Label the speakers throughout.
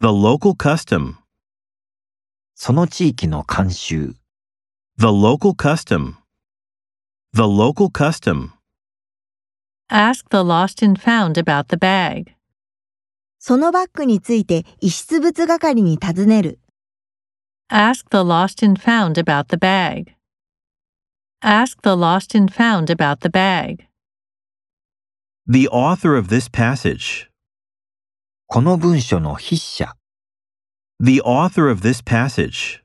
Speaker 1: The local custom.
Speaker 2: その地域の慣習、
Speaker 1: The local custom. The local custom.
Speaker 3: Ask the lost and found about the bag.
Speaker 4: そのバッグについて遺失物係に尋ねる。
Speaker 3: Ask the lost and found about the bag. Ask the lost and found about the bag.
Speaker 1: The author of this passage.
Speaker 2: この文書の筆者、
Speaker 1: The author of this passage.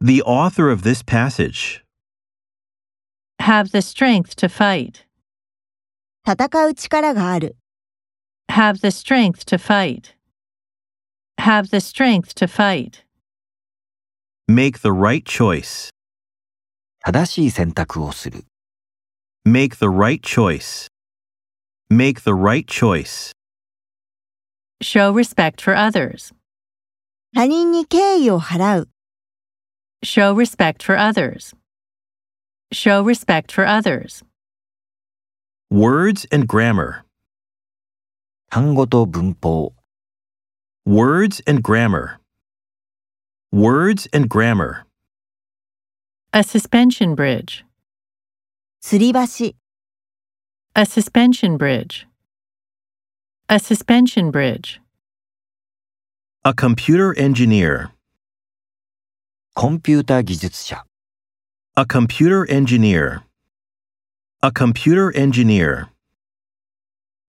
Speaker 1: The author of this passage.
Speaker 3: Have the strength to fight.
Speaker 4: 戦う力がある。
Speaker 3: Have the strength to fight. Have the strength to fight.
Speaker 1: Make the right choice.
Speaker 2: 正しい選択をする。
Speaker 1: Make the right choice. Make the right choice.
Speaker 3: Show respect for others.
Speaker 4: 他人に敬意を払う。
Speaker 3: Show respect for others. Show respect for others.
Speaker 1: Words and grammar.
Speaker 2: 単語と文法、
Speaker 1: Words and grammar. Words and grammar.
Speaker 3: A suspension bridge.
Speaker 4: 吊り橋。
Speaker 3: A suspension bridge. A suspension bridge.
Speaker 1: A computer engineer.
Speaker 2: コンピュータ技術者。
Speaker 1: A computer engineer. A computer engineer.